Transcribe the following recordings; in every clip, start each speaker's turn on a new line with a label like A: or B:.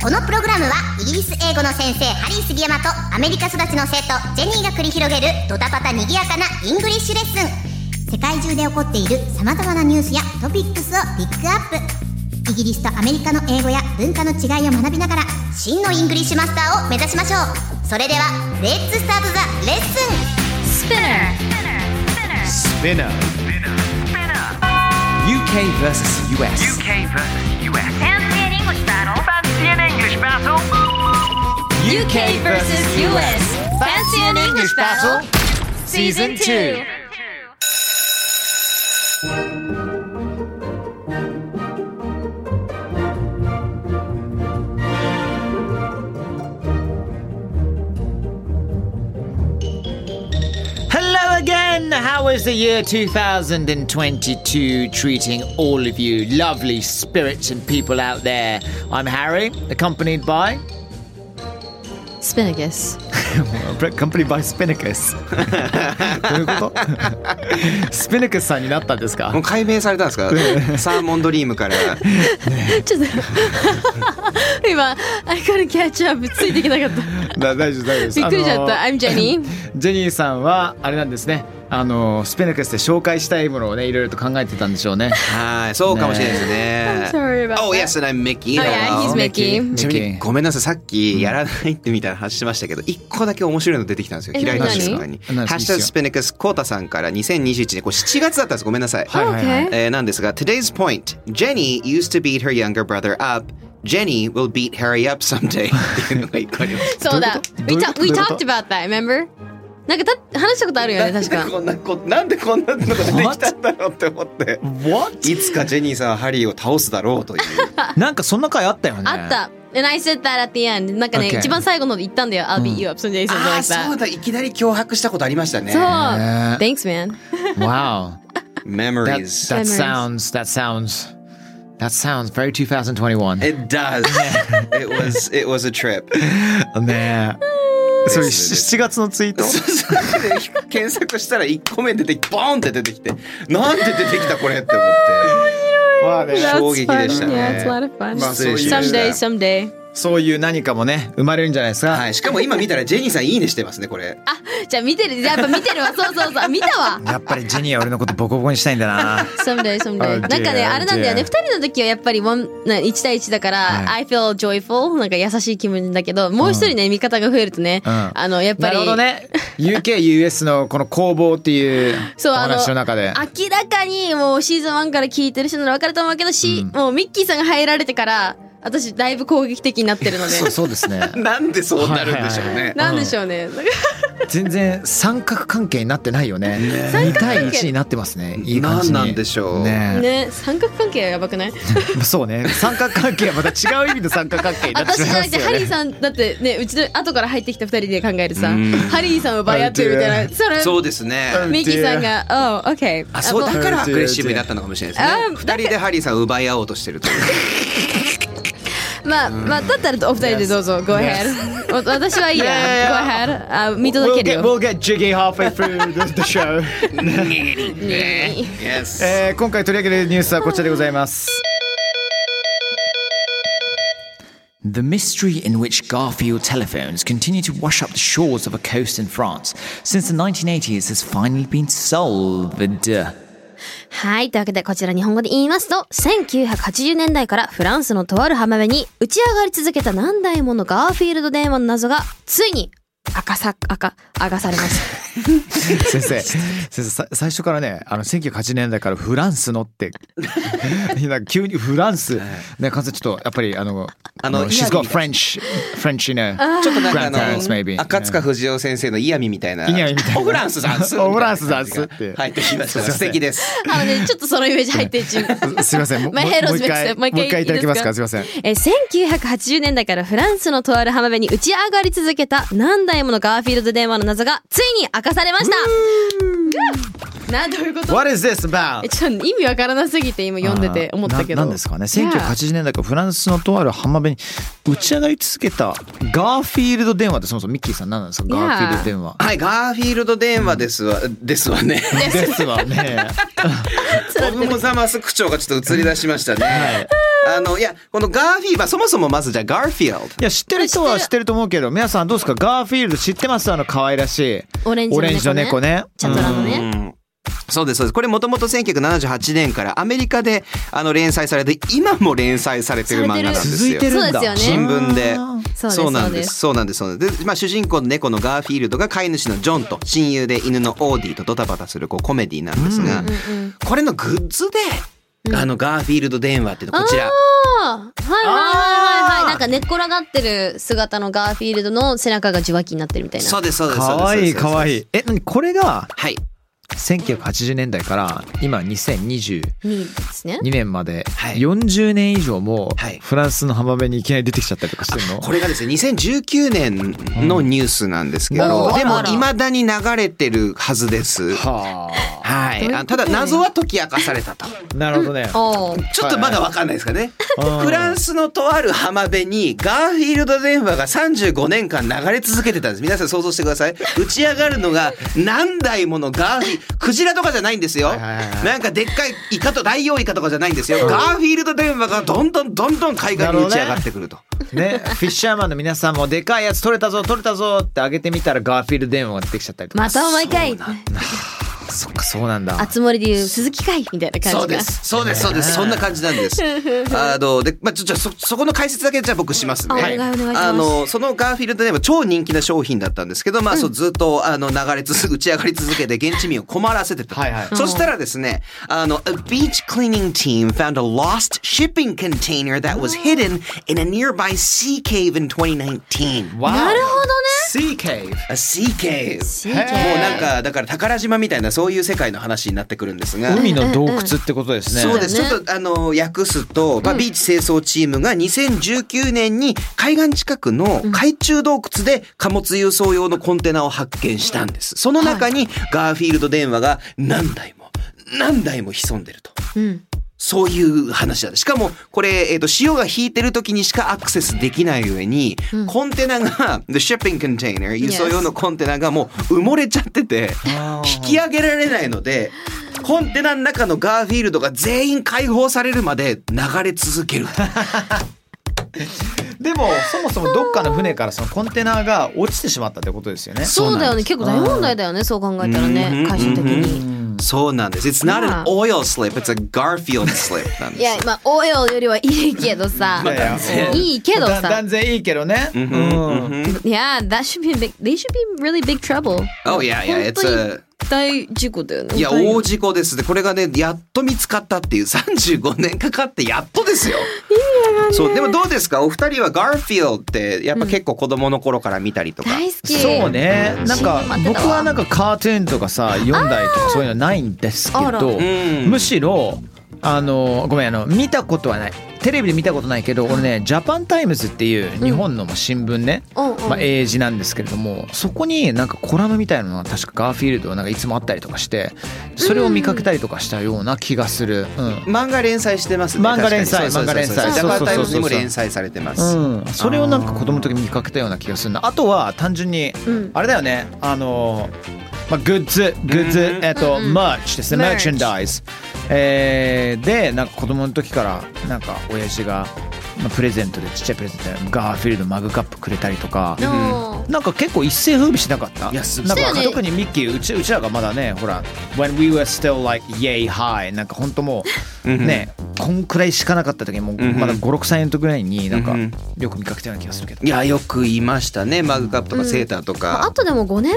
A: このプログラムはイギリス英語の先生ハリー杉山とアメリカ育ちの生徒ジェニーが繰り広げるドタパタにぎやかなイングリッシュレッスン世界中で起こっている様々なニュースやトピックスをピックアップイギリスとアメリカの英語や文化の違いを学びながら真のイングリッシュマスターを目指しましょうそれではレッツスタートザレッスン
B: Spinner. UK versus US.
C: UK versus US. Fancy an English battle. Fancy an English
B: UK versus US.
C: battle.
D: Fancy
B: Season
D: an English battle?
B: 2. Hello again! How is the year 2022 treating all of you lovely spirits and people out there? I'm Harry, accompanied by.
D: Spinagus.
B: accompanied by Spinnacus. どういうこと ?Spinnacus さんになったんですか
E: もう解明されたんです かサーモンドリームから
D: 今、I couldn't catch up. ついていけな かった。
B: 大丈夫大
D: びっくりしちゃった。
B: あの
D: I'm Jenny.
B: ジェニーさんはあれなんですねあのスペネクスで紹介したいものをねいろいろと考えてたんでしょうね
E: はいそうかもしれないです
D: I'm
E: ね
D: sorry about that.
E: Oh yes and I'm Mickey
D: Oh, yeah, he's Mickey.
E: ちなみ
B: ミッキ
E: に
B: ー
E: ごめんなさいさっきやらないってみたいな話しましたけど一個だけ面白いの出てきたんですよ
D: え
E: 開いた瞬間に「
B: 何
E: ハッシュタグスペネクスコータさんから2021年これ7月だったんですごめんなさい
B: はいはいはい
D: Okay.
E: えーなんですが Today's point Jenny used to beat her younger brother up Jenny will beat Harry up someday っていうのが一個あります
D: そうだ。
B: ど
D: We
B: ういう
D: ta-
B: こと
D: we
B: どういうこと
D: talked about that, remember? なんかだ話したことある よね、確か。
E: こんなこなんでこんなのが出てきたんだろうって思って
B: What?
E: いつかジェニーさんはハリーを倒すだろうという
B: なんかそんな回あったよね
D: あった。And I said that at the end. なんかね、
B: Okay.
D: 一番最後ので言ったんだよ。I'll beat you up someday, something
E: ああ
D: like
E: そう
D: that.
E: だいきなり脅迫したことありましたね
D: そう。
B: ね
D: Thanks, man.
B: Wow That,
E: Memories
B: that
D: Memories.
B: sounds that sounds that sounds very 2021
E: It does It was it was a trip
B: ねえ それ7月のツイート
E: 検索したら1個目出てボーンって出てきてなんで出てきたこれって思っ
B: まあね
D: That's
E: 衝撃で
D: fun.
E: した
D: Yeah, it's a
E: ね
D: lot of fun.
B: まあそういう
D: Someday, someday.
B: そういう何かもね生まれるんじゃないですか、
E: はいしかも今見たらジェニーさんいいねしてますねこれ
D: じゃあ見てる。やっぱ見てるわ。そうそうそう。見たわ。
B: やっぱりジェニーは俺のことボコボコにしたいんだ な
D: someday someday
B: Oh
D: なんかね
B: dear,
D: あれなんだよね
B: dear.
D: 2人の時はやっぱりワンな1対1だから、
B: は
D: I feel joyful なんか優しい気分だけどもう一人ね、味方が増えるとね、
B: うん
D: あのやっぱ
B: な
D: り
B: るほどね UKUS のこの攻防っていうお
D: そうあの
B: 話の中で
D: 明らかにもうシーズン1から聞いてる人なら分かると思うけど、しもうミッキーさんが入られてから私だいぶ攻撃的になってるので
B: そうそうです ね
E: なんでそうなるんでしょう
B: はいはい
E: ね
D: なんでしょうね、なんか
B: 全然三角関係になってないよね。二対一になってますね。いい感じに。
E: 何なんでしょう
B: ね
D: ね三角関係はやばく ない
B: え。そうね。三角関係はまた違う意味の三角関係になって
D: 私
B: し
D: じ
B: まい
D: ゃ
B: ま
D: な
B: す
D: くてハ
B: よ
D: リー
B: ね。
D: さんだってねうちの後から入ってきた2人で考えるさハリーさんを奪い合ってるみたいなそれ
E: そうですね
D: ミッキーさんが「Oh, okay」
E: あそうだからアグレッシブになったのかもしれないです
D: あ
E: ね二人でハリーさんを奪い合おうとしてるという
D: まあ、まあ、だったらお二人でどうぞ、go ahead。お 私はいいや、go ahead。あ、見届ける
B: We'll
D: よ。
B: get, we'll get jiggy halfway through the, the show. えー今回取り上げるニュースはこちらでございます。
F: The mystery in which Garfield telephones continue to wash up the shores of a coast in France since the 1980s has finally been solved.
A: はい。というわけで、こちら日本語で言いますと、1980年代からフランスのとある浜辺に打ち上がり続けた何台ものガーフィールド電話の謎が、ついに、赤さ、赤、
D: あがされま した。
B: 先生先生さ最初からねあの1980年代からフランスのってなんか急にフランスねかつちょっとやっぱりあの
E: あの
B: she's got
E: 嫌味が
B: French French ね
E: ちょっとなんかあの
B: Grandparents maybe
E: 赤塚不二夫先生の嫌味みたいな
B: 嫌味みたいな
E: オフランスダンス
B: オフランスダンスって
E: 入ってきまし
B: すい
E: た
B: ません
E: 素敵です
D: あのね、ちょっとそのイメージ入ってるちゅう。
B: すいませ んもう
D: マイヘロ
B: もう
D: ス
B: 一
D: メック
B: 回
D: スもう一
B: もう一回
D: 回
B: いただけますか
D: いいです
B: いません
D: えー1980年代からフランスのとある浜辺に打ち上がり続けた何台ものガーフィールド電話の謎がついに明かされましたうわなどういうこと
B: What is this about?
D: えちょっと意味わからなすぎて今読んでて思ったけど
B: ななんですかね1980年代からフランスのとある浜辺に打ち上がり続けたガーフィールド電話ってそもそもミッキーさん何なんですか
D: Yeah
B: ガーフィールド電話
E: はいガーフィールド電話ですわですわね
B: ですわ ね
E: オブ・モザマス区長がちょっと映り出しましたねあのいやこのガーフィーまあそもそもまずじゃあガーフィールド
B: いや知ってる人は知ってると思うけど皆さんどうですかガーフィールド知ってますあの可愛らしい
D: オレンジ
B: オ
D: の猫ね
B: レンジの猫ね
D: チャトラのね
E: そうですそうですこれもともと1978年からアメリカであの連載されて今も連載されてる漫画なんで
B: うん
E: すよ
B: 続いてるんだ
D: そうですよね
E: 新聞で
D: そうです
E: なんですそうなんですそうなんですで、まあ、主人公の猫のガーフィールドが飼い主のジョンと親友で犬のオーディとドタバタするこうコメディなんですが、これのグッズで、あのガーフィールド電話っていうのこち
D: あ
E: ら
D: ーはいはいはいはいはいなんか寝っ転がってる姿のガーフィールドの背中が受話器になってるみたいな
E: そうですそうですそうです
B: 可愛い
E: そうです
B: 可愛いえ何これが
E: はい
B: 1980年代から今2022
D: にですね
B: 年まで
E: はい
B: 40年以上も
E: はい
B: フランスの浜辺にいきなり出てきちゃったりとかしてるの
E: これがですね2019年のニュースなんですけど、
B: うん
E: でも
D: あら
E: 未だに流れてるはずです
B: は
E: はいあただ謎は解き明かされたと
B: あなるほどね
D: おー
E: ちょっとまだわかんないですかね。
B: うん
E: フランスのとある浜辺にガーフィールド電話が35年間流れ続けてたんです。皆さん想像してください。打ち上がるのが何台ものガーフィー、クジラとかじゃないんですよ。
B: いはいはいはい
E: なんかでっかいイカとダイオウイカとかじゃないんですよ。ガーフィールド電話がどんどんどんどん海岸に打ち上がってくると。
B: ね、フィッシャーマンの皆さんもでかいやつ取れたぞ取れたぞってあげてみたらガーフィールド電話ができちゃったりとか、
D: またお前かい
B: そっかそうなんだ
D: あつ森でいう鈴木かいみたいな感じが
E: そうです。そうです。そうです。そんな感じな んです。あの、で、まあ、ちょ、ちょ、そ、そこの解説だけじゃあ僕します
D: あ
E: ね。
D: お願いお願いします
E: あの、そのガーフィールドネーム超人気な商品だったんですけど、まあ、そう、ずっと、あの、流れ続打ち上がり続けて現地民を困らせてた。
B: はいはい
E: そしたらですね、あの、a beach cleaning team found a lost shipping container that was hidden in a nearby sea cave in 2019.
B: なるほ
D: どね
B: Sea Cave
E: A sea cave.
D: へ
E: もう
D: ー
E: なんか、だから宝島みたいなそういう世界の話になってくるんですが。
B: 海の洞窟ってことですね、
E: そうです。ちょっと、あの、訳すと、まあ、ビーチ清掃チームが2019年に海岸近くの海中洞窟で貨物輸送用のコンテナを発見したんです。その中にガーフィールド電話が何台も、何台も潜んでると。そういう話なんです。しかも、これ、えっ、と、潮が引いてる時にしかアクセスできない上に、コンテナが、the shipping container、輸送用のコンテナがもう埋もれちゃってて、引き上げられないので、コンテナの中のガーフィールドが全員解放されるまで流れ続ける。
B: でもそもそもどっかの船からそのコンテナが落ちてしまったってことですよね
D: そうだよね結構大問題だよねそう考えたらね
E: うん
D: 会社的に
E: そうなんです。It's not
D: ま
E: an
D: あ
E: oil slip, it's a Garfield slip なん
D: い
E: で
D: や
E: す。
D: まあオイルよりはいいけどさ
B: いやいや
D: いいけど
B: だ
D: さ
B: 断然いいけどねうん、
D: Yeah, that should be a big, they should be in really big trouble.
E: Oh, yeah, yeah,
D: 本当
E: it's
D: に
E: a...
D: 大事故だよね。
E: いや、
D: 本当に
E: 大事故です。で、これがね、やっと見つかったっていう、35年かかってやっとですよ。そう、でもどうですかお二人はガーフィールドって、やっぱ結構子供の頃から見たりとか。
D: 大好き。
B: そうねなんか
D: 待ってたわ
B: 僕はなんかカートゥーンとかさ読んだりとかそういうのないんですけ
D: あら
B: ど
E: うん
B: むしろあのごめんあの見たことはないテレビで見たことないけど俺ねジャパンタイムズっていう日本の新聞ね、
D: うんうん
B: まあ、英字なんですけれどもそこになんかコラムみたいなのが確かガーフィールドはなんかいつもあったりとかしてそれを見かけたりとかしたような気がする、うん
E: 漫画連載してますね。
B: 漫画連載
E: 確かに
B: 漫画連載
E: そうそうそうジャパンタイムズに
B: そ
E: も
B: うそうそうそう
E: 連載されてます。
B: うん、それをなんか子供の時見かけたような気がするなあとは単純に、
D: うん
B: あれだよねあの、まあ、グッズグッズ、えっと、マーチですね
D: Merch
B: マーチェンダイズ、えーでなんか子供の時からなんか親父が、まあ、プレゼントでちっちゃいプレゼントでガーフィールドマグカップくれたりとか、
D: No
B: なんか結構一世風靡しなかった
E: いやす
B: なん
D: したよ
B: か
D: ね
B: 特にミッキーうちうちらがまだねほら「When we were still like yay high」なんかほんともう
E: うんうん
B: ねこんくらいしかなかった時も
E: んうん
B: まだ56歳の時ぐらいになんか
E: うんうん
B: よく見かけたような気がするけど
E: いやよく言いましたねマグカップとかセーターと
D: ああ
E: か、
D: とでも5年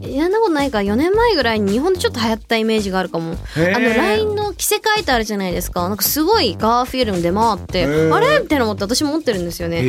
D: 前いやんなことないから4年前ぐらいに日本でちょっと流行ったイメージがあるかもあ
B: へー
D: の LINE の着せ替えってあるじゃないですかなんかすごいガーフィールドで回ってあれみたいなの思って私持ってるんですよね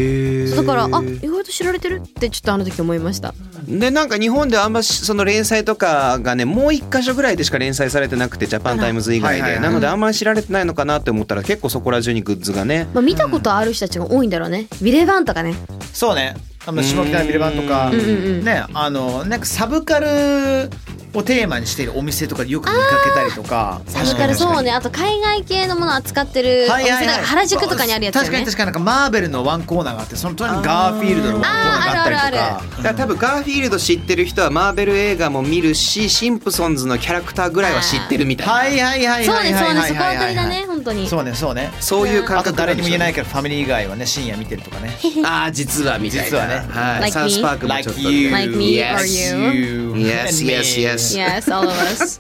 D: そうだからあ意外と知られてるってちょっとあの時思いました
E: でなんか日本ではあんましその連載とかがねもう一箇所ぐらいでしか連載されてなくてジャパンタイムズ以外で、
B: はいはいはい
E: なのであんまり知られてないのかなって思ったら結構そこら中にグッズがね
D: まあ見たことある人たちが多いんだろうねビレバンとかね
B: そうねあの下北ビレバンとか
D: うんうんうん
B: ねあのなんかサブカルをテーマにしているお店とかでよく見かけたりとか
D: サブカルそうねあと海外系のもの扱ってるお
B: はい
D: 店
B: はい
D: だ
B: はい
D: から原宿とかにあるやつよ
B: 確かに
D: ね
B: 確かになんかマーベルのワンコーナーがあってその隣にガーフィールドのワンコーナーがあったりと
D: あーあるあるあ
B: か
E: だから多分ガーフィールド知ってる人はマーベル映画も見るしシンプソンズのキャラクターぐらいは知ってるみたいな、
B: はいはいはい
D: そう
B: はい
D: ね
B: は
D: そう
B: い
D: ね
B: はい
D: そこ
B: は
D: はい当た
B: は
D: り
B: い
D: だね本当に
B: そうねそうね
E: そういう感
B: あ
E: 覚
B: と誰にも言えないいけどファミリー以外はね深夜見てるとかね
E: ああ実はみたいな
B: 実はね
E: はい、
D: Like
E: サウスパークもちょっ
B: Like
E: と、
B: you
D: Like me or
B: yes you
E: Yes,
B: and me
E: yes, yes.
D: Yes all of us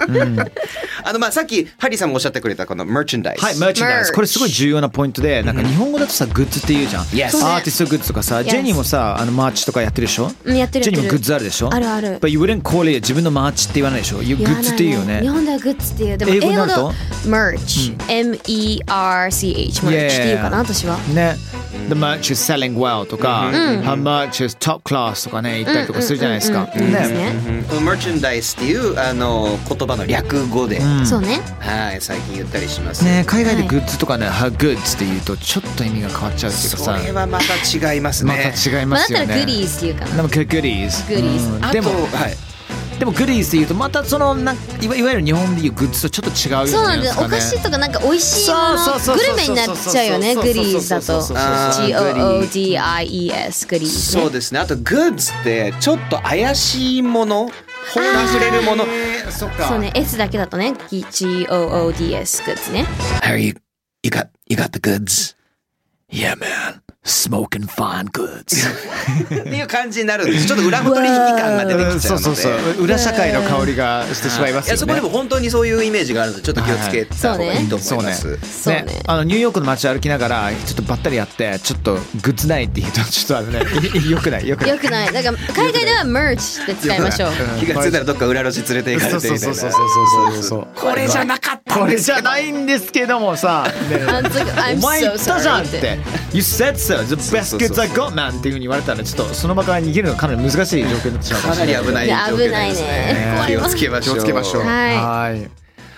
E: あのまあさっきハリーさんもおっしゃってくれたこのマーチンダイス、
B: はい、マーチンダイス。
D: Merch
B: これすごい重要なポイントで、なんか日本語だとさ、グッズって言うじゃん。
E: Yes そうね
B: アーティストグッズとかさ、
D: Yes
B: ジェニーもさ、あのマーチとか やってるでしょ
D: うんやってる
B: ジェニーも
D: やって
B: グ
D: る
B: ッズあるでしょ
D: あるある
B: But you wouldn't call it 自分のマーチって言わないでしょ You- グ
D: 言わ
B: ッ
D: ない
B: ズって言うよ
D: 日
B: ね。
D: 本ではグッズっていうでも
B: 英
D: 英
B: 語にな
D: 語
B: る
D: だ
B: と
D: と merch、M-E-R-C-H merch っていうかな私は
B: ね。The merch is selling well とか、Her merch is top class とかね、言ったりとかするじゃないですか。
D: うんです
B: ね。
D: ね、
E: うんこのマーチンダイスっていうあの言葉の略語で、
D: そうね
E: はい最近言ったりします
B: ね海外でグッズとかね、Her goods って言うとちょっと意味が変わっちゃうっていうか
E: そ
B: さ、
E: れはまた違います
B: ま
E: ね
B: た違い
D: ま
B: ま
D: あだっ
B: すよ
D: た
B: ね。
D: らグリーズっていうかな
B: でもグッリーズ。
D: グリーズ
B: うん
E: あと
B: でも
E: はい
B: でもグリーズで言うとまたそのなんいわいわゆる日本でいうグッズとちょっと違う
D: そ
B: よ
D: う
B: う
D: な
B: なんん
D: で
B: ですすかね。
D: お菓子とかなんか美味しい
B: そう
D: も
B: そうそ
D: の
B: うそうそう
D: グルメになっちゃうよね
B: そう
D: グ
B: そうそうそう
D: リーズだと
B: そうそう
E: そうそう
D: GOODIES グリーズ
E: そうですねあとグッズってちょっと怪しいもの本が触れるもの
B: えーそっか
D: そうね S だけだとね GOODS グッズね
E: Harry you got you got the goods
F: Yeah, man. Smoking fine goods.
E: っていう感じになるんですちょっと裏元取引感が出てきちゃ
B: そううそ
E: の
B: うそう
E: で
B: 裏社会の香りがしてしまいます
E: いやそ
B: よ
E: こでも
B: ね。
E: 本当にそういうイメージがあるのでちょっと気をつけた方がいいと思います、
D: そうね
B: ね、あのニューヨークの街歩きながらちょっとばったりやってちょっとグッズないって言うとちょっとあのねよくないよくない
D: よくないだから海外では merch で使いましょう
E: 気がついたらどっか裏路地連れて行か
B: そ
E: れ
B: う
E: て
B: そう
E: みた
B: そ
E: いうな
B: そうそうそうそう
E: これじゃなかった
B: これじゃないんですけどもさ、ね
D: あの次 I'm
B: お前言
D: so
B: ったじゃん
D: sorry
B: っ
D: ってて
B: You said so The best goods I got man っていうふうに言われたらちょっとその場から逃げるのがかなり難しい状況になってしまうかも
E: か
B: し
E: な
B: れ
E: り
B: ない
E: 危ない状況になりますね
D: 危ないね
E: 気をつけましょう
B: 気をつけましょう
D: はい
B: い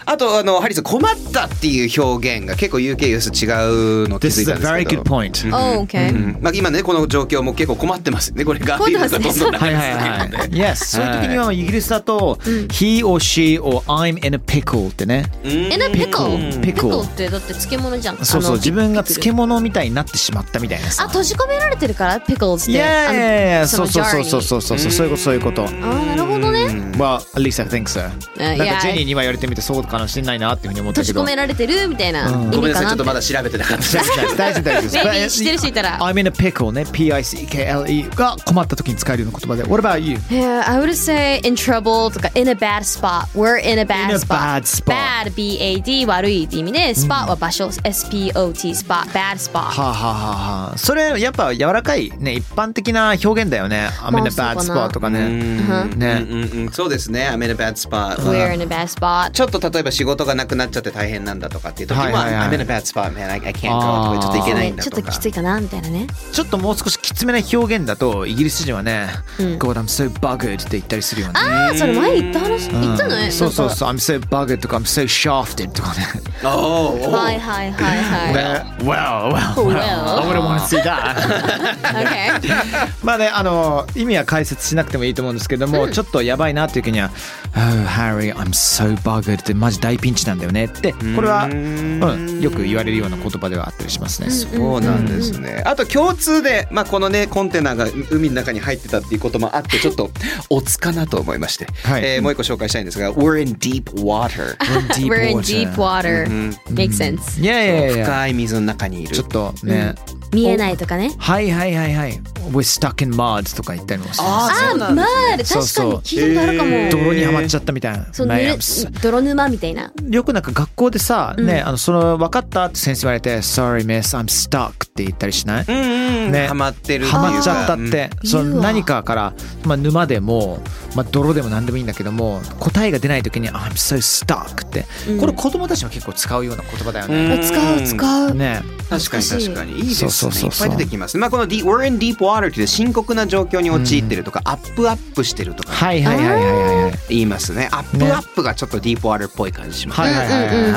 E: あとあのハリーさん困ったっていう表現が結構 UK ユース違うの気
B: This
E: づい
B: is
E: た
B: a
E: んです
B: very
E: け
B: good
E: ど
B: point
D: お OK
E: うんまあ、今ねこの状況も結構困ってますねこれが
D: 困ってますね
E: どんどん
B: はいはいはい。Yes。そういう時にはイギリスだと、he or she or I'm in a pickle ってね。
D: えなピコ
B: うん
D: ピコってだって漬物じゃん
B: そう
D: あ
B: そう、
D: の
B: 自分が
D: ピクル
B: 漬物みたいになってしまったみたいな
D: あ
B: さ。
D: 閉じ込められてるからピコルズ
B: い
D: って
B: やいやいやそうそうそうそう
D: う
B: そうそうそういうことそういうこと。
D: あのあーなるほどね
B: Well, at least I think so.
D: や
B: なんかジェニーには言われてみてそうかもしれないなっていうふうに思った
D: 閉
B: け
D: じ
B: ど。
D: 込められてるみたいな意
E: ごめん
D: 味か
E: なさ
D: なって
E: いちょっとまだ調べてなかったで す
B: 大丈夫です大丈夫です大丈夫
D: ベビ
B: で
D: ー
B: す。
D: 知ってる人いたら
B: I'm in a pickle ね。P-I-C-K-L-E が困った時に使えるような言葉で。What about you?
D: Yeah, I would say in trouble とか in a bad spot. We're in a bad
B: In a
D: spot.
B: bad spot.
D: Bad, B-A-D 悪いって意味で spot は場所 S-P-O-T spot bad
B: は
D: spot
B: あ、はあはあはあ、それやっぱ柔らかいね一般的な表現だよね。I'm in a
D: まあ
B: bad
D: そうかな
B: spot とかね。
E: ね
B: ね、
E: うんうんうん、そうですね I'm in a bad spot
D: We're in a bad spot
E: ちょっと例えば仕事がなくなっちゃって大変なんだとかっていう時も、
B: はいはいはい
E: I'm in a bad spot man I, I can't go
B: あー
E: とかちょっといけないんだ
D: ち
E: と
D: ょっ
E: か
D: ときついかなみたいなね
B: ちょっともう少しきつめな表現だとイギリス人はね、God I'm so buggered って言ったりするよね。
D: ああそれ前言った話言ったのね
B: そうそう
D: なんか
B: そう I'm so buggered とか I'm so shafted とかね。
E: おーおー
D: はいはいはいはい
B: Well, well,
D: Well.
B: I wouldn't want to see that.
D: OK
B: まあねあの意味は解説しなくてもいいと思うんですけども、ちょっとやばいなっていう時には「Oh Harry I'm so buggered」ってマジ大ピンチなんだよねってこれはうん、よく言われるような言葉ではあったりしますね。
E: そうなんですね。あと共通で、まあ、このねコンテナが海の中に入ってたっていうこともあってちょっとおつかなと思いまして、
B: はい
E: えーもう一個紹介したいんですが「We're in deep water」
D: We're in deep water
E: Mhm.
D: Makes sense
B: いやいやいや
E: 深い水の中にいる
B: ちょっとね、
D: 見えないとかね
B: はいはいはいはい We're stuck in mud とか言ったりもします
D: あーマール
B: そう
D: 確か
B: そう
D: に聞いたことあるかも、
B: 泥にはまっちゃったみたいな
D: そのぬる
B: Mayhaps
D: 泥沼みたいな
B: よくなんか学校でさ、ねあのその分かったって先生言われて「Sorry miss I'm stuck」って言ったりしない、
E: うんうん
B: ね
E: ハマってるっていう
B: ハ
E: か
B: マっちゃったっ
E: うん
B: て、そ
D: 言う
B: の
D: わ
B: 何かから、まあ、沼でも、まあ、泥でも何でもいいんだけども答えが出ない時に「I'm so stuck」って、これ子供たちも結構使うような言葉だよね。
E: うん
D: 使う使う
B: ね
E: 確かに確かにいいです
B: そ
E: ね
B: うそうそうそう
E: いっぱい出てきますまあこの deep- We're in deep water って深刻な状況に陥ってるとか、アップアップしてるとか
B: はいはいはいはいはいはい
E: 言いますねアップアップがちょっとディープワールっぽい感じします
B: はいはいはいはい。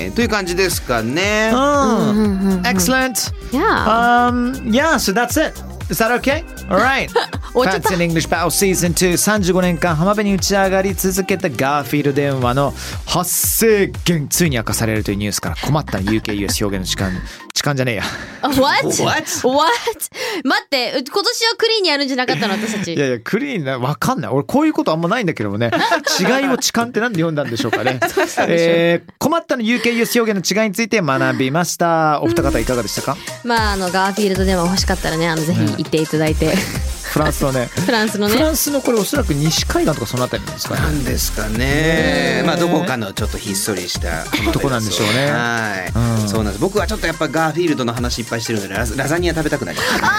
E: はいという感じですかね
B: Oh, excellent.
D: Yeah
B: Um, yeah, so that's it. Is that okay? All right.
D: 終わっちゃった
B: Fancy in English Battle Season 235年間浜辺に打ち上がり続けたガーフィールド電話の発生源ついに明かされるというニュースから困った UKUS 表現の時間 時間じゃねえや
D: What?
E: What?
D: What? 待ってう今年はクリーンにやるんじゃなかったの私 たち
B: いやいやクリーンなわかんない俺こういうことあんまないんだけど もね違いを痴漢ってなんで読んだんでしょうか ね、えー、困ったの UKUS 表現の違いについて学びましたお二方いかがでしたか
D: まああのガーフィールドでも欲しかったらねあのぜひ行っていただいて
B: フランスのね
D: フランスの
B: フラ
D: ね
B: ンスのこれおそらく西海岸とかそのあたりなんですかね
E: なんですかねまあどこかのちょっとひっそりした
B: とこなんでしょうね
E: はい、そうなんです僕はちょっとやっぱガーフィールドの話いっぱいしてるのでラザラザニア食べたくなり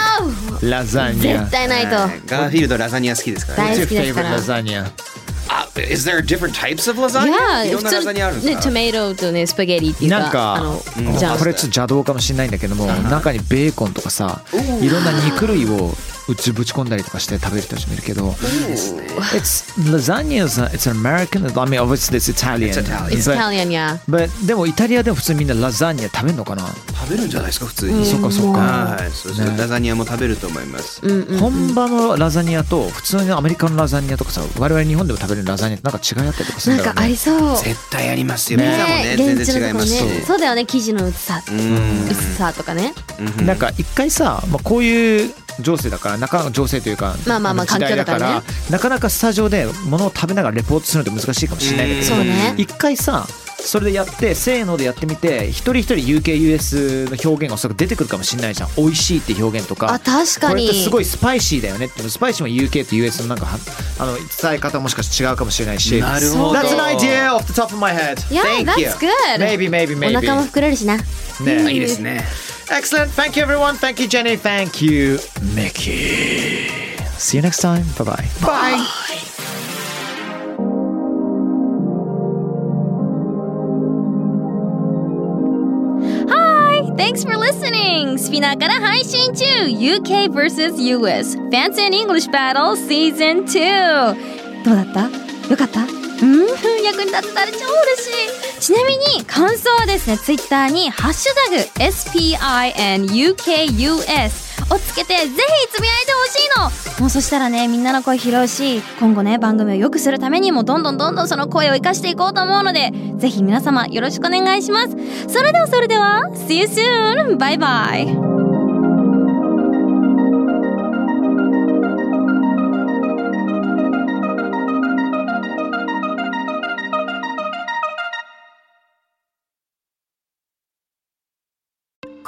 E: ます
B: ラザニア
D: 絶対ないと
E: はいガーフィールドラザニア好きですからね
D: 大好きですから
B: What's your favorite ラザニア
E: あ Is there different types of lasagna?
D: いや
E: いろんなラザ
D: 普
E: ニアあるん
D: 通
E: で
D: ね
E: すか
D: トメイロとねスパゲリっていうか
B: なんか
D: あの
E: ん
D: じゃあ
B: これちょっと邪道かもしれないんだけども中にベーコンとかさいろんな肉類をうちぶち込んだりとかして食べる人たちもいるけど It's lasagna is a- it's an American I mean obviously it's Italian
E: It's Italian.
D: It's
B: but-
D: Italian yeah
B: but でもイタリアでも普通にみんなラザニア食べるのかな
E: 食べるんじゃないですか普通に
B: そっかそっか
E: はいそうそうラザニアも食べると思います
B: 本場のラザニアと普通のアメリカのラザニアとかさ我々日本でも食べるラザニアってなんか違いあったりとかする
D: なんん
B: だろ
D: か
B: う
D: あ
B: ね
D: りそう
E: 絶対ありますよピザもね全
D: 現地の
E: 然違いますし
D: とこねそうだよね生地の薄さ
E: うん
D: 薄さとかね
B: なんか一回さ、まあ、こういう情勢だから中の情勢というか、
D: まあまあま
B: の
D: あ
B: 時代
D: 環境だからね
B: なかなかスタジオで物を食べながらレポートするのって難しいかもしれないんだけ
D: そう
B: ど
D: ね
B: 一回さそれでやってせーのでやってみて一人一人 UKUS の表現がおそらく出てくるかもしれないじゃん美味しいって表現とか
D: あ確か
B: これ
D: に
B: ってすごいスパイシーだよねってスパイシーも UK と US のなんかはあの伝え方もしかして違うかもしれないし
E: なるほど
B: That's an idea off the top of my head
D: Yeah
E: Thank you
D: that's good
B: Maybe maybe
D: お
B: maybe
D: 腹も膨れるしな
B: ね
E: いいですね
B: Excellent. Thank you, everyone. Thank you, Jenny. Thank you, Mickey. See you next time. Bye bye. Bye.
D: Hi! Thanks for listening! スピナーから配信中 !UK vs.US Fancy and English Battle Season 2! どうだったよかったうん役に立てたら超嬉しいちなみに感想はですね、Twitter にハッシュタグ SPINUKUS をつけてぜひつぶやいてほしいのもうそしたらね、みんなの声拾うし、今後ね、番組を良くするためにもどんどんどんどんその声を生かしていこうと思うので、ぜひ皆様よろしくお願いします。それではそれでは See you soon! バイバイ